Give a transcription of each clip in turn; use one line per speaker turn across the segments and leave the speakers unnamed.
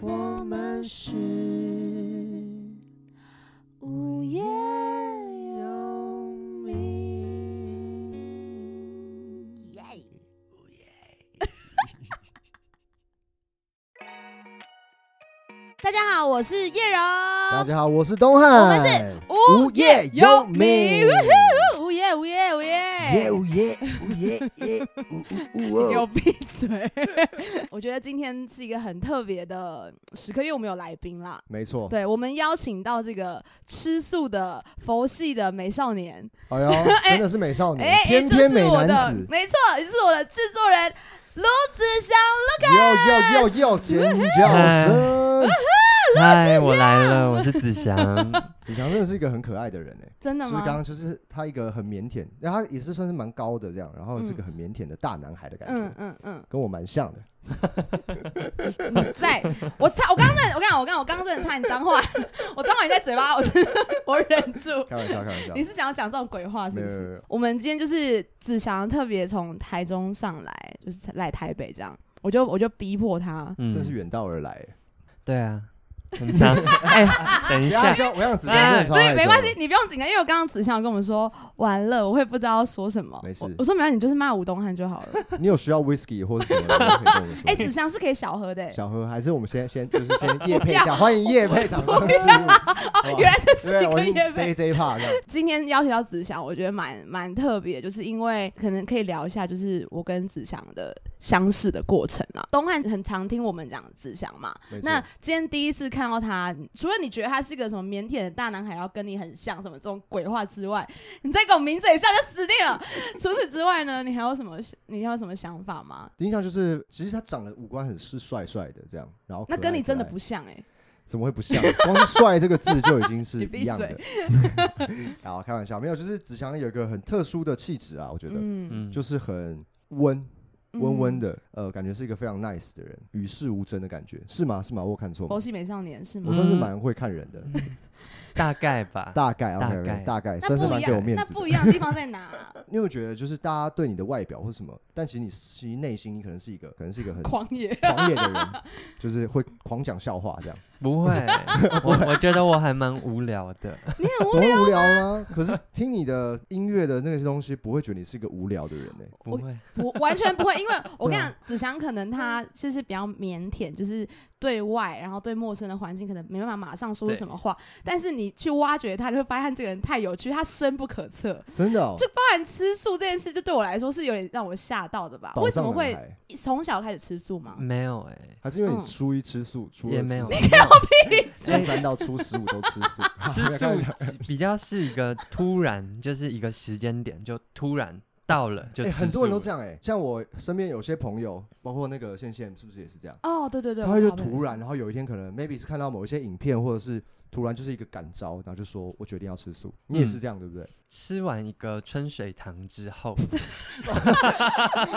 我们是无业游民。耶！
大家好，我是叶柔，
大家好，我是东汉，
我们是无
无业游民。
无业无业无
耶
业，
呜耶呜耶耶呜呜呜
你给我
哦！
闭嘴！我觉得今天是一个很特别的时刻，因为我们有来宾啦。
没错，
对，我们邀请到这个吃素的佛系的美少年，
哎呦，真的是美少年
哎，、哎
翩
就
翩
是
美
我的
男子，。
没错，就是我的制作人卢子祥。
要要要要尖叫 声！ 啊
嗨，我来了，我是子祥。
子强真的是一个很可爱的人哎。
真的
就是
吗？
刚刚就是他一个很腼腆，然后他也是算是蛮高的这样，然后是个
嗯
很腼腆的大男孩的感觉，
嗯嗯嗯，
跟我蛮像的。
你在，我差，我刚刚真的，我跟你讲，我刚刚我刚刚真的差点脏话， 我脏话也在嘴巴，我 真的我忍住。
开玩笑，开玩笑
你。是想要讲这种鬼话是
没
不
有
是？
没有没有，
我们今天就是子祥特别从台中上来，就是来台北这样，我就我就逼迫他，
嗯
真是远道而来。
对啊，很长。 哎，等一
不要害
下，
羞，我想子
哎
强
不是没关系，，你不用紧张，因为我刚刚子祥有跟我们说，完了我会不知道说什么，
没事
我我说没关系，你就是骂吴东汉 就好了。
你有需要 whisky 或者什么的，可以跟我
哎、
说。
子祥是可以小喝的、 欸，
小何，还是我们先先就是先夜配一
我不
下，欢迎夜配厂 商之路。哇
原来这是一
啊对，我
个
已经
夜
J
配。
J 怕这样。
今天邀请到子祥，我觉得蛮蛮特别，就是因为可能可以聊一下，就是我跟子祥的相识的过程啦。东汉很常听我们讲子祥嘛，
没错
那今天第一次看到他，除了你觉得他是个什么腼腆的大男孩，要跟你很像什么这种鬼话之外，你再给我抿嘴一笑就死定了。除此之外呢，你还有什么？你还有什么想法吗？
印象就是，其实他长得五官很是帅帅的这样，然后
那
可
跟
爱
你
可
真的
爱
不像哎、
怎么会不像？光是“帅”这个字就已经是
你闭
一样的
嘴。
好，开玩笑，没有，就是子强有一个很特殊的气质啊，我觉得、
嗯，
嗯，
就是很温温温
的。
的，呃，感觉是一个非常 nice 的人，与世无争的感觉，是吗？是吗？我有看错
佛
吗？
系美少年是
我
吗？嗯
算是蛮会看人的，
大概吧。
大概
大
OK，
概
大概，
那
算是
不
蛮
一
给我
样，
面
那
子
不
的。
一样的地方在哪、
你有没有觉得，就是大家对你的外表或什么，但其实你其实内心你可能是一个，可能是一个很
狂野，
狂野的人，就是会狂讲笑话这样。
不 会，我我觉得我还蛮无聊的。
你 很
怎么
无聊。啊
会无聊吗？可是听你的音乐的那些东西，不会觉得你是一个无聊的人欸呢、
不会，
我完全不会，因为我跟
对
你
啊
讲，子祥可能他就是比较腼腆，就是对外，然后对陌生的环境可能没办法马上说出
对
什么话，但是你去挖掘他，你会发现这个人太有趣，他深不可测。
真的、哦，
就包含吃素这件事，就对我来说是有点让我吓到的吧？
宝
为什
藏
么
男
会
孩嗯
从小开始吃素吗？
没有哎，
还是因为你
嗯
初一吃素，初
也
二
没有。
吃素初三到初十五都吃 素，
吃
没有开玩 笑
素比较是一个突然，就是一个时间点，就突然到了，就
哎、
吃
很多人
素
都这样哎、像我身边有些朋友，包括那个线线，是不是也是这样？
哦，对对对，
他
我
会就
好像
突然，
是
然后有一天可能 maybe 是看到某一些影片，或者是突然就是一个感召，然后就说我决定要吃素。你也
嗯
是这样，对不对？
吃完一个春水堂之后，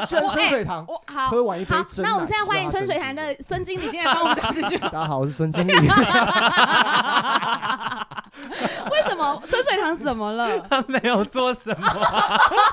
居然春水堂
啊我好
喝完一杯
好，
真奶，
那我们现在欢迎
吃它
春水
珍
堂
珠
的孙经理进来帮我们讲几句。
大家好，我是孙经理。
为什么春水堂怎么了？
他没有做什么，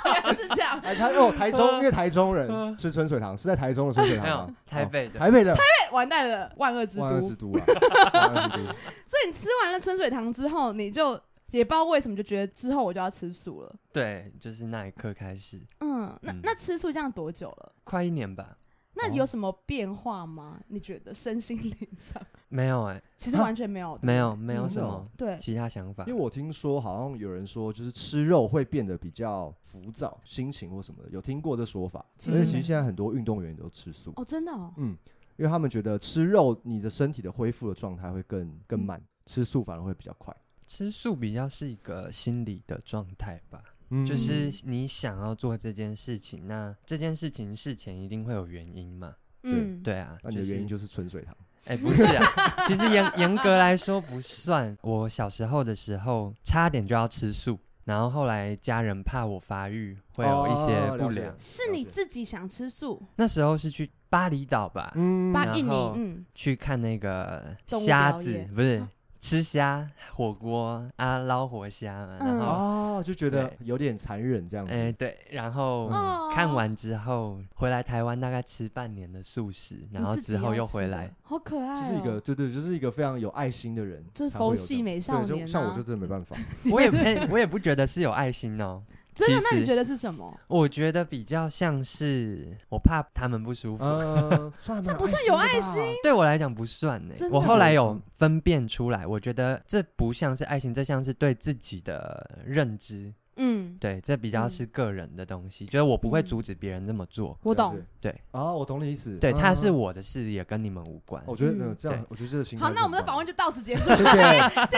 原来是这样。
哎，台哦，台中，因为台中人
嗯
吃春水堂是在台中的春水
没
堂
有
吗？
台北
哦
的
台北的
哎完蛋了，万恶之都。
万恶之都啊，万恶之都。
所以你吃完了春水堂之后，你就也不知道为什么就觉得之后我就要吃素了。
对，就是那一刻开始，
嗯，那
嗯
那吃素这样多久了？
快一年吧。
那
哦
有什么变化吗？你觉得身心灵 上？
没有哎，
其实
啊
完全没有，
没有，没有
真
什
的
么
哦
对，
其他想法
因为。我听说好像有人说，就是吃肉会变得比较浮躁，心情或什么的，有听过这说法。
其
而
实
且其实
没
现在很多运动员都吃素，
哦，真的哦，
嗯，因为他们觉得吃肉，你的身体的恢复的状态会更更
嗯
慢，吃素反而会比较快。
吃素比较是一个心理的状态吧，
嗯
就是你想要做这件事情，那这件事情事前一定会有原因嘛？
嗯，，
对啊，
那你的原因
就
就是春水堂。
是哎、不是啊，其实严严格来说不算。我小时候的时候差点就要吃素，然后后来家人怕我发育会有一些
哦
不
了解
良，
是你自己想吃素，
那时候是去巴厘岛吧，
嗯
把
然
印尼
后
嗯
去看那个
动物
瞎
表
子
演，
不是
啊
吃虾火锅啊，捞活虾嘛，
嗯
然后。
哦，就觉得
对
有点残忍这样子。
哎、对，然后、
嗯
看完之后回来台湾，大概吃半年的素食，然后
你自己
之后
要
又
吃
回
的
来，，
好可爱、
就
哦。
是一个，对对，就是一个非常有爱心的人才会有这
就
样，
是佛系美少
对就
年
像我
啊
就真的没办法，
我也不我也不觉得是有爱心哦，
真的
其？
那你
实
觉得是什么？
我觉得比较像是我怕他们不舒服，
呃
嗯，算这不
算有爱
心的吧？
对我来讲不算呢、
真的
我后来有分辨出来，我觉得这不像是爱情，这像是对自己的认知，
啊
嗯，
对，这比较是个人的东西，就是我不会阻止别人这么做，
我
了
懂
解。
对
啊，我懂你意思。
对，
嗯
它是，我的事，也跟你们无关
嗯。我觉得
嗯
呃这样
对，
我觉得这个心态
好，
是
那我们的
很棒
访问就到此结束。
谢谢。
接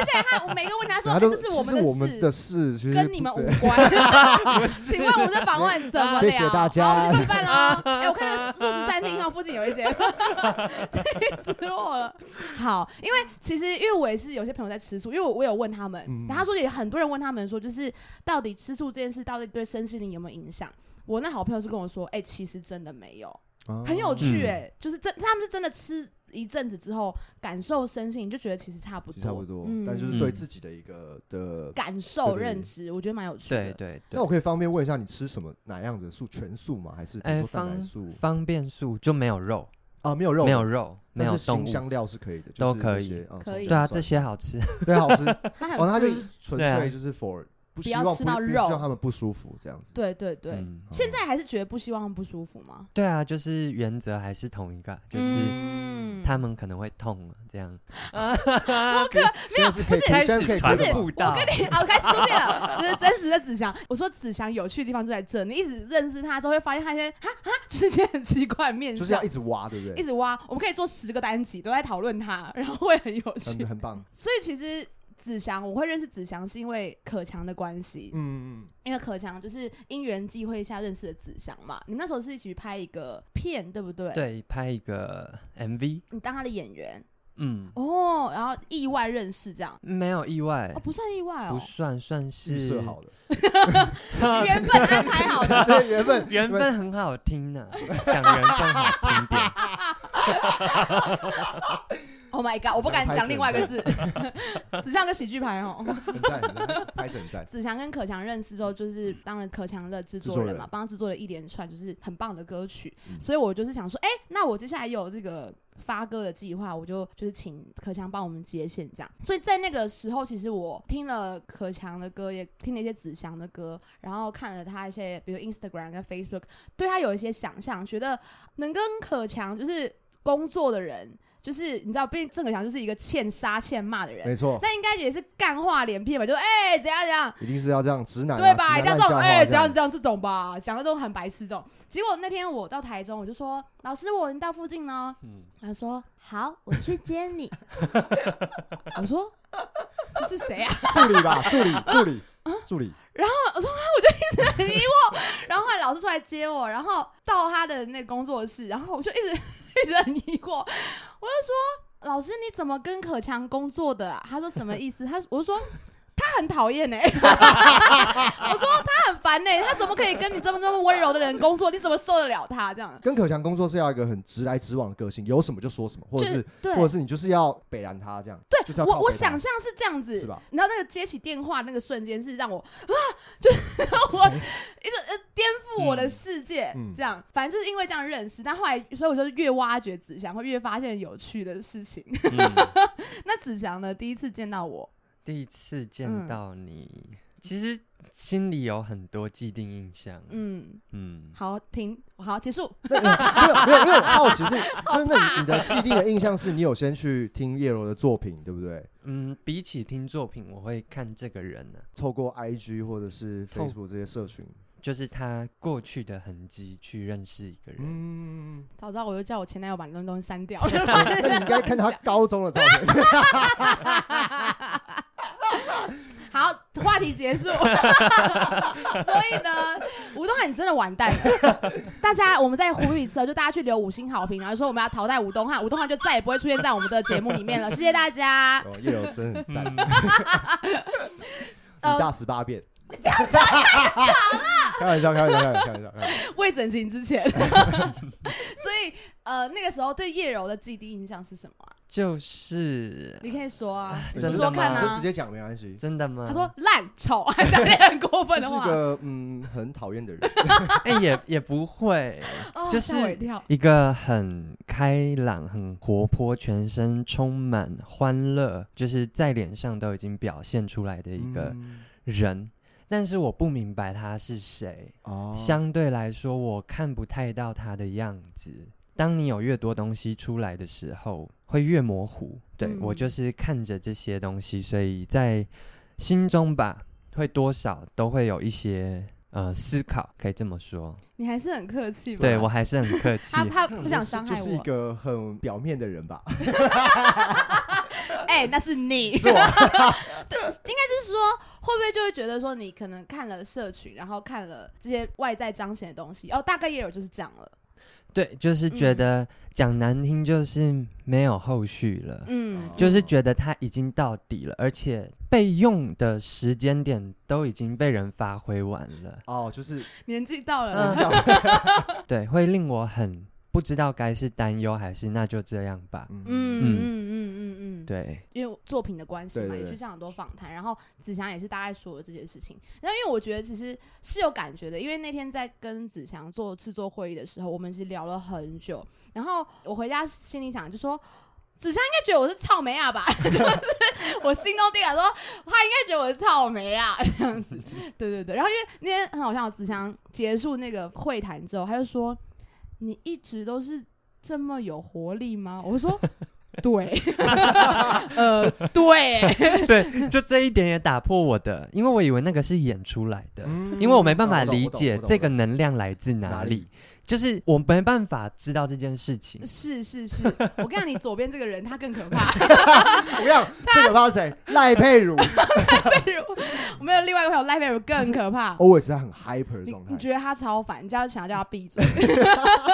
下来他我每个问他说，
然后
哎
都
这是我
其实我们
的
的
事，
事，其实
跟你们
不
无
对
关。请问我们的访问怎么聊？
谢谢大家
好我们去吃饭啦！哎，我看到素食餐厅啊，附近有一间， 气死我了。好，因为其实因为我也是有些朋友在吃素，因为我我有问他们，
嗯
然后他说也很多人问他们说，就是到底吃素这件事到底对身心灵有没有影响？我那好朋友就跟我说，哎，其实真的没有。
哦
很有趣
嗯
哎、就是真他们是真的吃一阵子之后，感受身心，你就觉得其实差不
其
多，嗯
实差不多，但就是
嗯
对自己的一个的。
感受
对对对
认知，我觉得蛮有趣的。
对对对
那我，可以方便问一下，你吃什么哪样子的素？全素吗？还是比
哎
如说蛋白
方
素
方便素就没有肉，
啊？没有肉，
没有，肉，没
但
有
是
动
新
物，
香料是可以的，
都
就是
可
那
以
些啊
可以
葱
对啊，
蒜
这些好吃。
对好 吃。哦，
他很
那就
free
是纯
对啊
粹就是 for 不希
要
望
吃
不
到
不希
肉
望他们不舒服这样子。
对对对。
嗯，
现在还是觉得不希望不舒服 吗？
对啊，就是原则还是同一个，就是
嗯
他们可能会痛了这样。
没有，不是
开
嗯现在是可
始
以
传
推的吧
步道，
好，哦开始出现了，这是真实的子祥。我说子祥有趣的地方就在这，你一直认识他之后，会发现他现在哈哈，就是一些很奇怪的面
就是要
相
一，直挖，对不
一
对？
直挖。我们可以做十个单集都在讨论他，然后会很有趣
很。很 棒，
所以其实子祥，我会认识子祥是因为可强的关系，
嗯嗯
因为可强就是因缘际会下认识的子祥嘛。你们那时候是一起去拍一个片，对不对？，
对，拍一个 MV，
你当他的演员
嗯，
哦，然后意外认识这样，
没有意外
哦，，不算意外
不
哦，
算算
嗯，预
是
设好的，
缘分安排 好的。
对缘分
缘分很好听呢，讲缘分好听 点，
Oh my god，我不敢讲另外一个字， 子祥跟喜剧牌哦。
很赞，很赞拍整 赞。
子祥跟可强认识之后，就是当然可强的制作人嘛，帮他制作了一连串就是很棒的歌曲，
嗯
所以我就是想说，哎、那我接下来也有这个发歌的计划，我就就是请可强帮我们接线这样。所以在那个时候，其实我听了可强的歌，也听了一些子祥的歌，然后看了他一些比如 Instagram 跟 Facebook，对他有一些想象，觉得能跟可强就是工作的人，就是你知道，毕竟郑可强就是一个欠杀欠骂的人，
没错，
那应该也是干话连篇吧？就哎、怎样怎样，
一定是要这样，直男啊
对吧？一
直
定
男烂
要这种
笑话
哎、
这
怎样
样
怎样这种吧，讲的这种很白痴这种。结果那天我到台中，我就说老师，我能到附近呢。
嗯，
他说好，我去接你。我说这是谁啊？
助理吧，助理，助理，助理，
很疑惑。然后后来老师出来接我，然后到他的那个工作室，然后我就一直 一直很疑惑，我就说老师你怎么跟可强工作的、啊？他说什么意思？他我就说。他很讨厌哎， 我说他很烦呢、欸他怎么可以跟你这么这么温柔的人工作？你怎么受得了他这样？
跟可强工作是要一个很直来直往的个性，有什么就说什么，或
就
者是
对
或者是你就是要北拦他这样，就是要
对，我
靠
我
北他
想象是这样子，
是吧
你知道那个接起电话那个瞬间是让我 我
谁
一直呃颠覆我的世界，
嗯嗯
这样，反正就是因为这样认识，但后来，所以我就越挖掘子祥，会越发现有趣的事情。
嗯
那子祥呢，第一次见到我，
第一次
嗯
见到你，其实心里有很多既定印象，嗯
嗯，好，停，好，结束。
那那没有没有，因为我好奇是， 就是那你你的既定的印象是你有先去听叶柔的作品，对不对？
嗯，比起听作品，我会看这个人啊呢、
透过 IG 或者是
透
Facebook 这些社群，
就是他过去的痕迹去认识一个人。
嗯，
早知道我就叫我前男友把那东西删掉了。
那你应该看他高中的照片，
好，话题结束。所以呢，吴东汉你真的完蛋了。大家，我们再呼吁一次哦，就大家去留五星好评，然后说我们要淘汰吴东汉，吴东汉就再也不会出现在我们的节目里面了。谢谢 大家。
哦，叶柔真的很赞，
嗯
呃
你大十八变， 不要吵了，开玩笑，开玩笑，开玩笑，开玩笑，
未整 形之前，所以呃那个时候对叶柔的既定印象是什么啊、
就是
你可以说啊，你
你
说
真的
说看
吗
就
啊
直。接讲没关系。
真的吗？
他说烂丑，还 讲这些很过
就
分
是
的话，
个嗯很讨厌的人，
哎、 也也不会，
哦
就
吓我一
是
跳。
一个很开朗、很活泼、全身充满欢乐，就是在脸上都已经表现出来的 一个
嗯
人。但是我不明白他是谁，
哦
相对来说我看不太到他的样子。当你有越多东西出来的时候，会越模糊。对、我
嗯
就是看着这些东西，所以在心中吧，会多少都会有一些呃思考，可以这么说。
你还是很客气吧？
对我还是很客 气。
他他不
就
想
是
伤
就
害
是一
我。
个很表面的人 吧，
哎、那是你，
是我，
对，应该就是说，会不会就会觉得说，你可能看了社群，然后看了这些外在彰显的东西，哦，大概也有就是这样了。
对，就是觉
嗯
得讲难听就是没有后续了，
嗯，
就是觉得他已经到底了，而且备用的时间点都已经被人发挥完了
哦， 就是
年纪到了，
嗯对，会令我很不知道该是担忧还是那就这样吧。
嗯嗯
嗯
嗯嗯嗯嗯，
对，
因为作品的关系嘛，
对对
也
对
去上很多访谈，然后子祥也是大概说了这些事情。然后因为我觉得其实是有感觉的，因为那天在跟子祥做制作会议的时候，我们其实聊了很久。然后我回家心里想，就说子祥应该觉得我是草莓啊吧， 就是我心中第一感说他应该觉得我是草莓啊 这样子。对对对，然后因为那天很好笑，子祥结束那个会谈之后，他就说你一直都是这么有活力吗？我说。对， 呃，对，
对，就这一点也打破我的，因为我以为那个是演出来的，
嗯
因为我没办
啊哦
法理解这个能量来自哪
哪
里
里，，
就是我没办法知道这件事情。
是是是，我跟你讲，你左边这个人他更可怕。
我跟你讲最可怕是谁？赖佩 如
佩如，我们有另外一位朋友赖佩如更可 怕。
，always 是很 hyper 的哦
你
状
你
态。
觉得他超烦，你就要想要叫他闭嘴。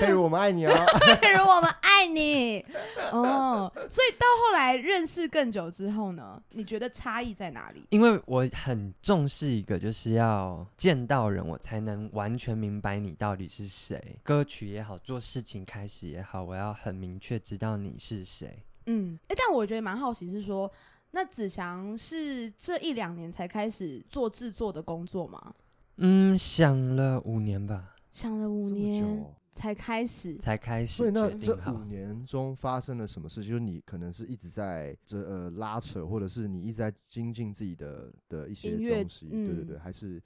佩如，我们爱你啊！
佩如，我们爱你。哦，所以到后来认识更久之后呢，你觉得差异在哪里？
因为我很重视一个，就是要见到人，我才能完全明白你到底是谁。歌曲也好，做事情开始也好，我要很明确知道你是谁。
嗯，哎、但我觉得蛮好奇是说。那子祥是这一两年才开始做制作的工作吗？
嗯，想了五年吧，
想了五
这么久
年
哦
才开始，
才开
所以
始
那
决
这
定好
五。年中发生了什么事？就是你可能是一直在这呃拉扯，或者是你一直在精进自己的的一些
音乐
东西，对对
嗯
对，还是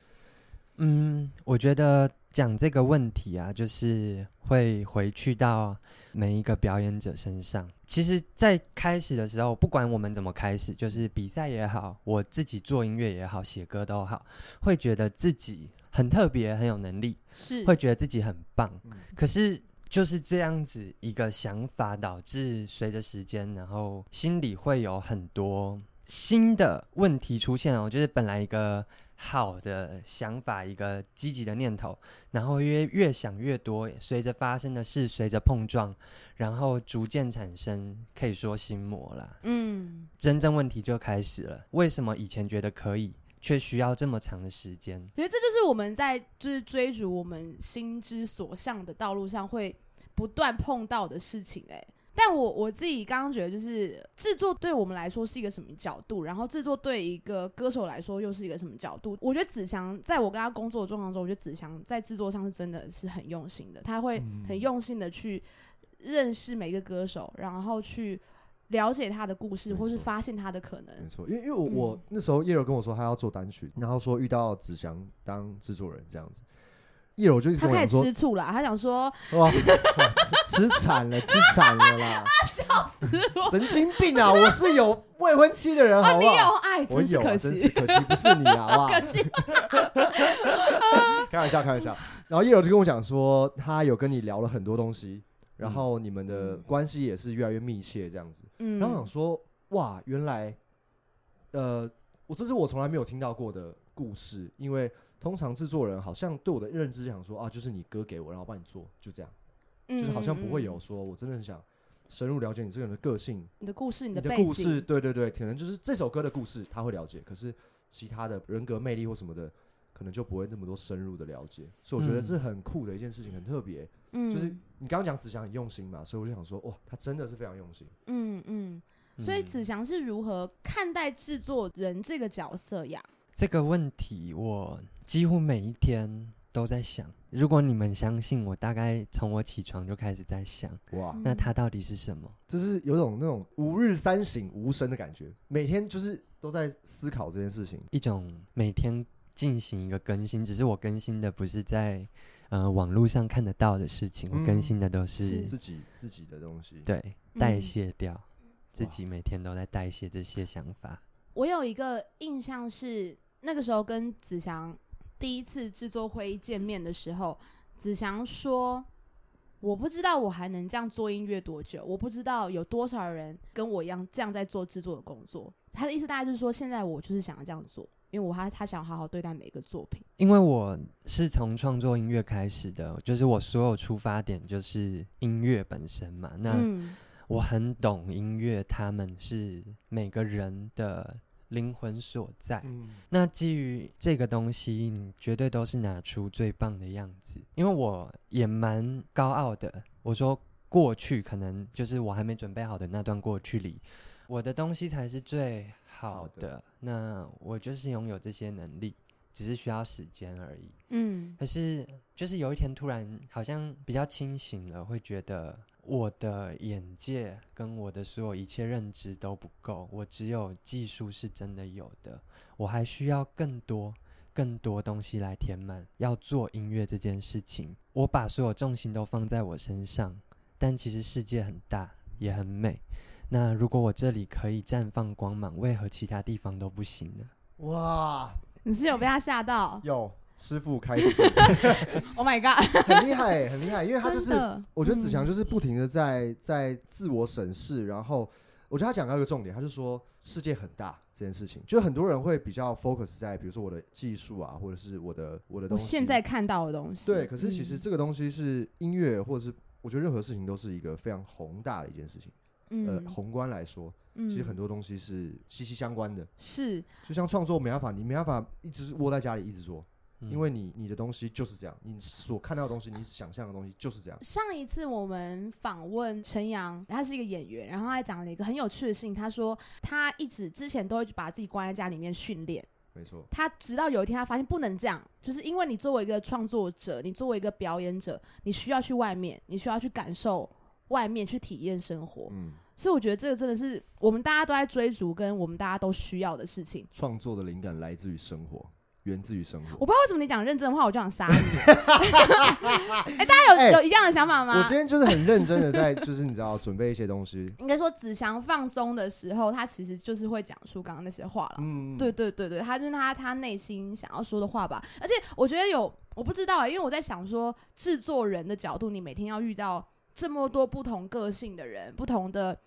嗯，我觉得讲这个问题啊，就是会回去到每一个表演者身上。其实，在开始的时候，不管我们怎么开始，就是比赛也好，我自己做音乐也好，写歌都好，会觉得自己很特别，很有能力，
是
会觉得自己很棒。
嗯
可是。就是这样子一个想法，导致随着时间，然后心里会有很多新的问题出现哦。就是本来一个好的想法，一个积极的念头，然后越越想越多，随着发生的事，随着碰撞，然后逐渐产生可以说心魔啦。
嗯，
真正问题就开始了，为什么以前觉得可以，却需要这么长的时间？
我觉得这就是我们在就是追逐我们心之所向的道路上会不断碰到的事情哎、但我我自己刚刚觉得，就是制作对我们来说是一个什么角度，然后制作对一个歌手来说又是一个什么角度。我觉得子祥在我跟他工作的状况中，我觉得子祥在制作上是真的是很用心的，他会
嗯
很用心的去认识每一个歌手，然后去了解他的故事，
没
或是
错
发现他的可能。
没错，因为因为
嗯
我、我那时候叶柔跟我说她要做单曲，然后说遇到子祥当制作人这样子，叶柔就一直
他
跟我
开
讲
始
说
吃醋了，他想说，
哇哇吃吃惨了，吃惨了 啦，神经病啊！我是有未婚妻的人，
啊，
好
你
不好？
有爱，
我
真是
有啊，
可
真是
惜，
可惜，不是你 啊，好不好？
可惜。
开玩笑，开玩笑。然后叶柔就跟我讲说，他有跟你聊了很多东西，然后你们的
嗯
关系也是越来越密切这样子。
嗯
然后我想说，哇，原来，呃，我这是我从来没有听到过的故事，因为通常制作人好像对我的认知想说啊，就是你歌给我，然后我帮你做，就这样，就是好像不会有
嗯
说我真的很想深入了解你这个人的个性，
你的故事、你
你
的
的
背
故事，
景，
对对对，可能就是这首歌的故事他会了解，可是其他的人格魅力或什么的，可能就不会那么多深入的了解。所以我觉得
嗯
是很酷的一件事情，很特别。
嗯，
就是你刚刚讲子祥很用心嘛，所以我就想说，哇，他真的是非常用心。
嗯嗯。所以
嗯
子祥是如何看待制作人这个角色呀？
这个问题，我几乎每一天都在想。如果你们相信我，大概从我起床就开始在想，
哇，
那
嗯
它到底是什么？
就是有种那种吾日三省吾身的感觉，每天就是都在思考这件事
嗯
情。
一种每天进行一个更新，只是我更新的不是在呃网络上看得到的事情，
嗯
我更新的都是
自己自己的东西，
对代
嗯
谢掉、自己，每天都在代谢这些想法。
我有一个印象是，那个时候跟子祥第一次制作会议见面的时候，子祥说：“我不知道我还能这样做音乐多久，我不知道有多少人跟我一样这样在做制作的工作。”他的意思大概就是说，现在我就是想要这样做，因为我他他想好好对待每一个作品。
因为我是从创作音乐开始的，就是我所有出发点就是音乐本身嘛。那、
嗯
我很懂音乐，他们是每个人的灵魂所在。
嗯，
那基于这个东西，你绝对都是拿出最棒的样子。因为我也蛮高傲的，我说过去可能就是我还没准备好的那段过去里，我的东西才是最好
好
的。
的
那我就是拥有这些能力，只是需要时间而已。
嗯
可是就是有一天突然好像比较清醒了，会觉得我的眼界跟我的所有一切认知都不够，我只有技术是真的有的，我还需要更多。更多东西来填满，要做音乐这件事情，我把所有重心都放在我身上，但其实世界很大，也很美。那如果我这里可以绽放光芒，为何其他地方都不行呢？
哇，
你是有被他吓到
有师傅开始
？Oh my god！
很厉害，很厉害，因为他就
真
是，
的，
我觉得子祥
嗯
就是不停的在在自我审视，然后我觉得他讲到一个重点，他就说世界很大这件事情，就很多人会比较 focus 在比如说我的技术啊，或者是我的我的
我
东西，
现在看到的东西。
对，可是其实
嗯
这个东西是音乐，或者是我觉得任何事情都是一个非常宏大的一件事情。
嗯
呃，宏观来说，
嗯
其实很多东西是息息相关的。
是
就像创作，没办法，你没办法一直窝在家里一直做，
嗯
因为你你的东西就是这样，你所看到的东西，你想象的东西就是这样。
上一次我们访问陈阳，他是一个演员，然后他讲了一个很有趣的事情，他说他一直之前都会把自己关在家里面训练，
没错，
他直到有一天他发现不能这样，就是因为你作为一个创作者，你作为一个表演者，你需要去外面，你需要去感受外面，去体验生活。
嗯，
所以我觉得这个真的是我们大家都在追逐，跟我们大家都需要的事情。
创作的灵感来自于生活，源自于生活。
我不知道为什么你讲认真的话，我就想杀你。 哎、大家有、
哎
有一样的想法吗？
我今天就是很认真的在，就是你知道准备一些东 西，
应该说子祥放松的时候，他其实就是会讲出刚刚那些话了。
嗯，
对，对对对，他就是他他内心想要说的话吧。而且我觉得有，我不知道、欸，因为我在想说，制作人的角度，你每天要遇到这么多不同个性的人，不同的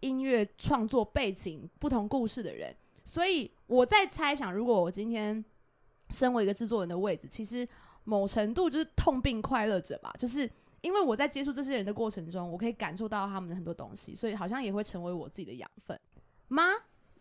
音乐创作背景，不同故事的人，所以我在猜想，如果我今天身为一个制作人的位置，其实某程度就是痛并快乐着吧，就是。因为我在接触这些人的过程中，我可以感受到他们的很多东西，所以好像也会成为我自己的养分吗？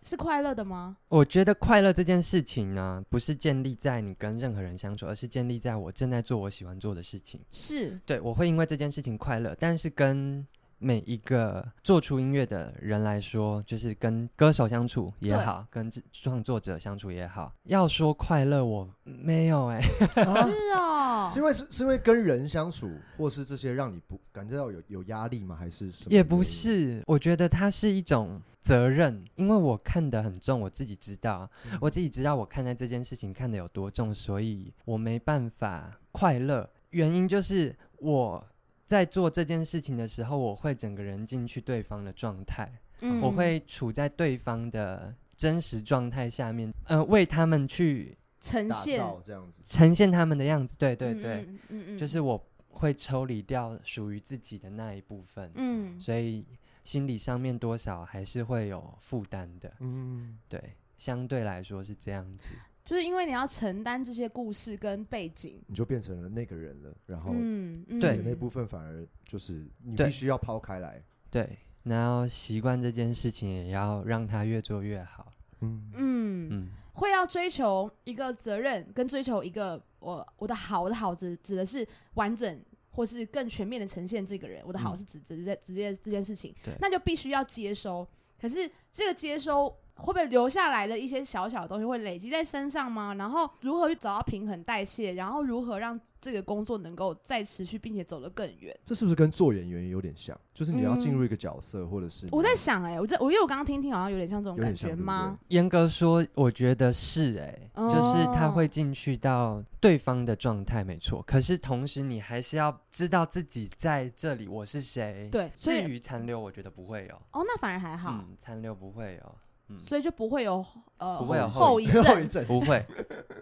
是快乐的吗？
我觉得快乐这件事情呢、不是建立在你跟任何人相处，而是建立在我正在做我喜欢做的事情。
是，
对，我会因为这件事情快乐，但是跟每一个做出音乐的人来说，就是跟歌手相处也
对
好，跟制创作者相处也好，要说快乐，我没有哎、
啊、
是哦
是，因为是是因为跟人相处，或是这些让你不感觉到有有压力吗？还是什么？
也不，是，我觉得它是一种责任，因为我看得很重，我自己知道，我自己知道我看待这件事情看得有多重，所以我没办法快乐。原因就是我在做这件事情的时候，我会整个人进去对方的状态，
嗯
我会处在对方的真实状态下面，呃，为他们去
呈
打
现，
造这样子。
呈现他们的样子。对对
嗯
对，，
嗯嗯嗯，
就是我会抽离掉属于自己的那一部分。
嗯，
所以心理上面多少还是会有负担的。
嗯，
对，相对来说是这样子。
就是因为你要承担这些故事跟背景，
你就变成了那个人了，然后
嗯，嗯
自己
对
的那部分反而就是你
对
必须要抛开来。
对，然后习惯这件事情也要让它越做越好。
嗯
嗯，
嗯，
会要追求一个责任，跟追求一个我我的好，我的好指指的是完整。或是更全面的呈现这个人。我的好是指直接直接这件事情
对，
那就必须要接收。可是这个接收会不会留下来的一些小小的东西会累积在身上吗？然后如何去找到平衡代谢？然后如何让这个工作能够再持续，并且走得更远？
这是不是跟做演员也有点像？就是你要进
嗯
入一个角色，或者是
我
你
在
要
想、哎，我这我因为我刚刚听听好像有点像这种
有
感
点像
觉
对不对
吗？
严格说，我觉得是哎、就是他
哦
会进去到对方的状态，没错。可是同时，你还是要知道自己在这里我是谁。
对所
至
以
于残留，我觉得不会有。
哦，那反而还好，
嗯，残留不会有，嗯，
所以就不会有呃
不会有
后
后
遗
最后一
症。
阵
不会。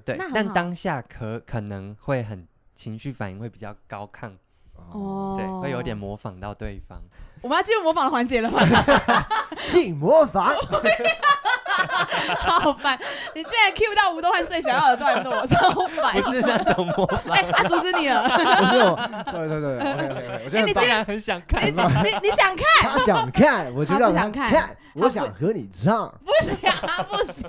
对
那，很
但
好
当下可可能会很情绪反应会比较高亢，
哦，
哦，
对，会有点模仿到对方。
我们要进入模仿的环节了吗？
进模 仿，
好烦！你居然 Q 到吴东汉最想要的段落，超烦！
不是那种模仿，
哎、他阻止你了。
我没有，对对对，OK OK OK，我觉得
哎
很
你这
棒
竟然很想
你
看
你
吗？
你想看？
他想看，我就
他不
让
想看
看，
他
我
不
想和你唱，
不想，不想。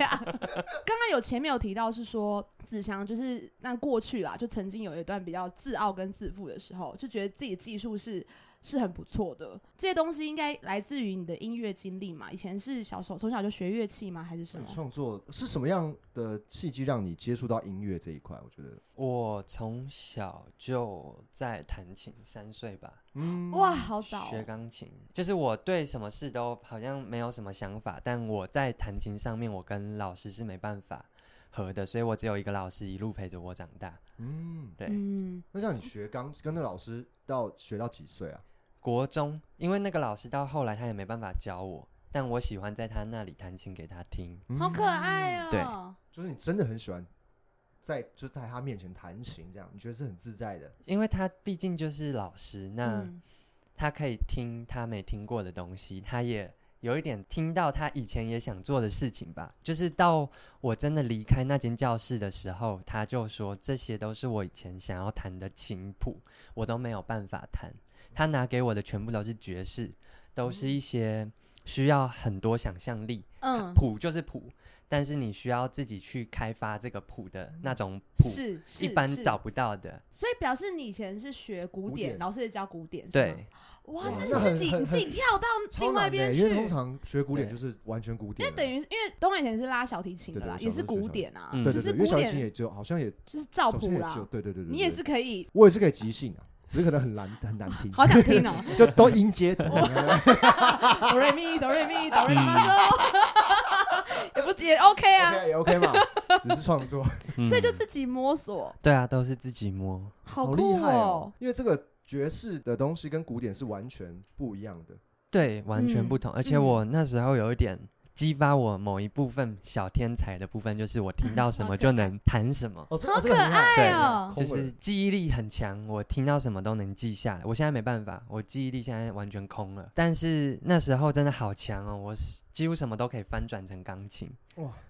刚刚有前面有提到是说，子祥就是那过去啦，就曾经有一段比较自傲跟自负的时候，就觉得自己技术是是很不错的。这些东西应该来自于你的音乐经历嘛？以前是小时候从小就学乐器吗？还是什么？
创作是什么样的契机让你接触到音乐这一块？我觉得，
我从小就在弹琴，三岁吧，
嗯
哇，，好早、
学
哦！
钢琴，就是我对什么事都好像没有什么想法，但我在弹琴上面，我跟老师是没办法合的，所以我只有一个老师一路陪着我长大。
嗯，
对，
嗯，
那像你学钢跟那老师到学到几岁啊？
国中，因为那个老师到后来他也没办法教我，但我喜欢在他那里弹琴给他听。
好可爱哦、
对
就是你真的很喜欢在就是在他面前弹琴，这样你觉得是很自在的。
因为他毕竟就是老师，那
嗯
他可以听他没听过的东西，他也有一点听到他以前也想做的事情吧。就是到我真的离开那间教室的时候，他就说这些都是我以前想要弹的琴谱，我都没有办法弹。他拿给我的全部都是爵士，都是一些需要很多想象力。
嗯，
呃谱就是谱，但是你需要自己去开发这个谱的那种谱，
嗯是是
一般
是
找不到的。
所以表示你以前是学古典，
古典
老师也教古典，是吗
对，
哇
哇，那
那你
很
自己
很
你自己
很
跳到
超
另外
难
一
的
边
欸
去，
因为通常学古典
对
就是完全古典
那
了，
等于因为东海以前是拉小提琴的啦，
对对
也是
小时候
古典啊，
嗯
对
就
对
是
对，因为
古
小提琴
典
也就好像也
就是照
好像
谱
也只有
啦，
对对对对，
你也
对
是，可以，
我也是可以即兴啊，只是可能很难很难听，
好想听哦，
就都音 阶。
哆瑞咪哆瑞咪哆瑞咪
嗯
嗦，也不也 OK 啊，
OK 也 OK 嘛，只是创作，
所以就
嗯
自己摸索，
对啊，都是自己摸。
好
厉
酷
害哦！因为这个爵士的东西跟古典是完全不一样的。
对，完全不同。而且
嗯
我那时候有一点激发我某一部分小天才的部分，就是我听到什
好
么
可
就能弹什么。
哦，这
好
这个
可
很好
爱
对
哦
空
就是
耳
记忆力很强，我听到什么都能记下来。我现在没办法，我记忆力现在完全空了。但是那时候真的好强哦，我是几乎什么都可以翻转成钢琴。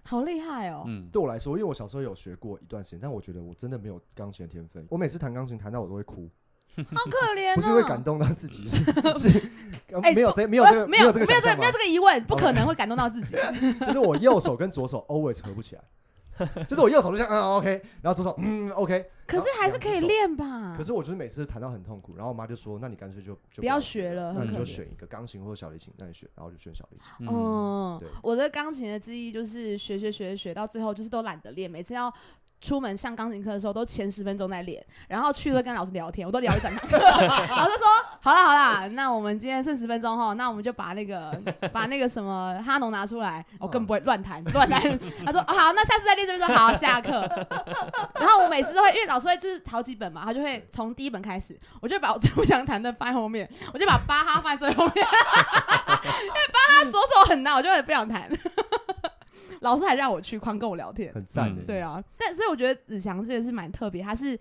好厉害哦！
嗯，
对我来说，因为我小时候有学过一段时间，但我觉得我真的没有钢琴的天分。我每次弹钢琴弹到我都会哭，
嗯
好可怜哦，
不是因为感动到自己， 是是呃
哎
没有这没
没
有这个
没有
这个
没有这
想
个
象
没
吗
有这？个疑问，不可能会感动到自 己。
就是我右手跟左手 always 合不起来， 就是我右手就像嗯 OK，然后左手嗯 OK，
可是还是可以练吧？
可是我就是每次弹到很痛苦，然后我妈就说：“那你干脆就就
不要学了
那
很
你
可
就
怜
选一个钢琴或者小提琴，那你选，然后就选小提琴。
嗯
嗯
对，
我的钢琴的记忆就是学学学学到最后就是都懒得练，每次要。出门上钢琴课的时候，都前十分钟在练，然后去了跟老师聊天，我都 聊一整堂课。老师说：“好啦好啦，那我们今天剩十分钟哈，那我们就把那个把那个什么哈农拿出来，我更不会乱弹乱弹。” 他说：“哦好，那下次再练这边说好下课。” 然后我每次都会，因为老师会就是好几本嘛，他就会从第一本开始，我就把我最不想弹的放在后面，我就把巴哈放在最后面，因 为巴哈左手很难，我就很不想弹。 老师还让我去框跟我聊天，
很赞欸
嗯
的、
对啊，但所以我觉得子祥这个是蛮特别，他是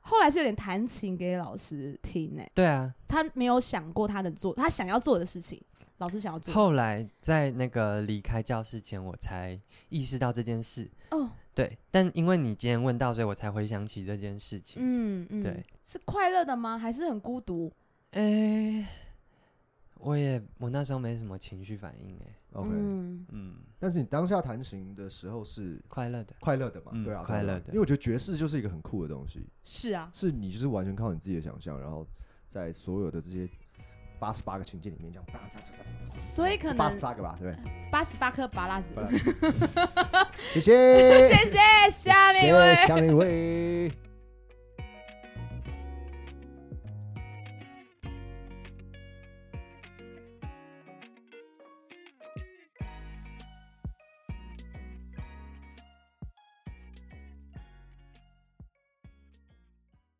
后来是有点弹琴给老师听诶、
对啊，
他没有想过他能做他想要做的事情，老师想要做的事情。
后来在那个离开教室前，我才意识到这件事。
哦，
对，但因为你今天问到，所以我才回想起这件事情。
嗯嗯，
对，
是快乐的吗？还是很孤独？
诶，我也我那时候没什么情绪反应哎、
？OK，、
嗯，
嗯，
但是你当下弹琴的时候是
快乐的，
快乐的嘛？
嗯
对啊，
快乐
对啊
的
因为我觉得爵士就是一个很酷的东西，
是啊，
是你就是完全靠你自己的想象，然后在所有的这些八十八个琴键里面这样啪嚓嚓嚓嚓，
所以可
八十
能
八个吧，对不对？
八十八颗拔蜡子。
谢谢，
哎谢谢下面一位。
下面一位。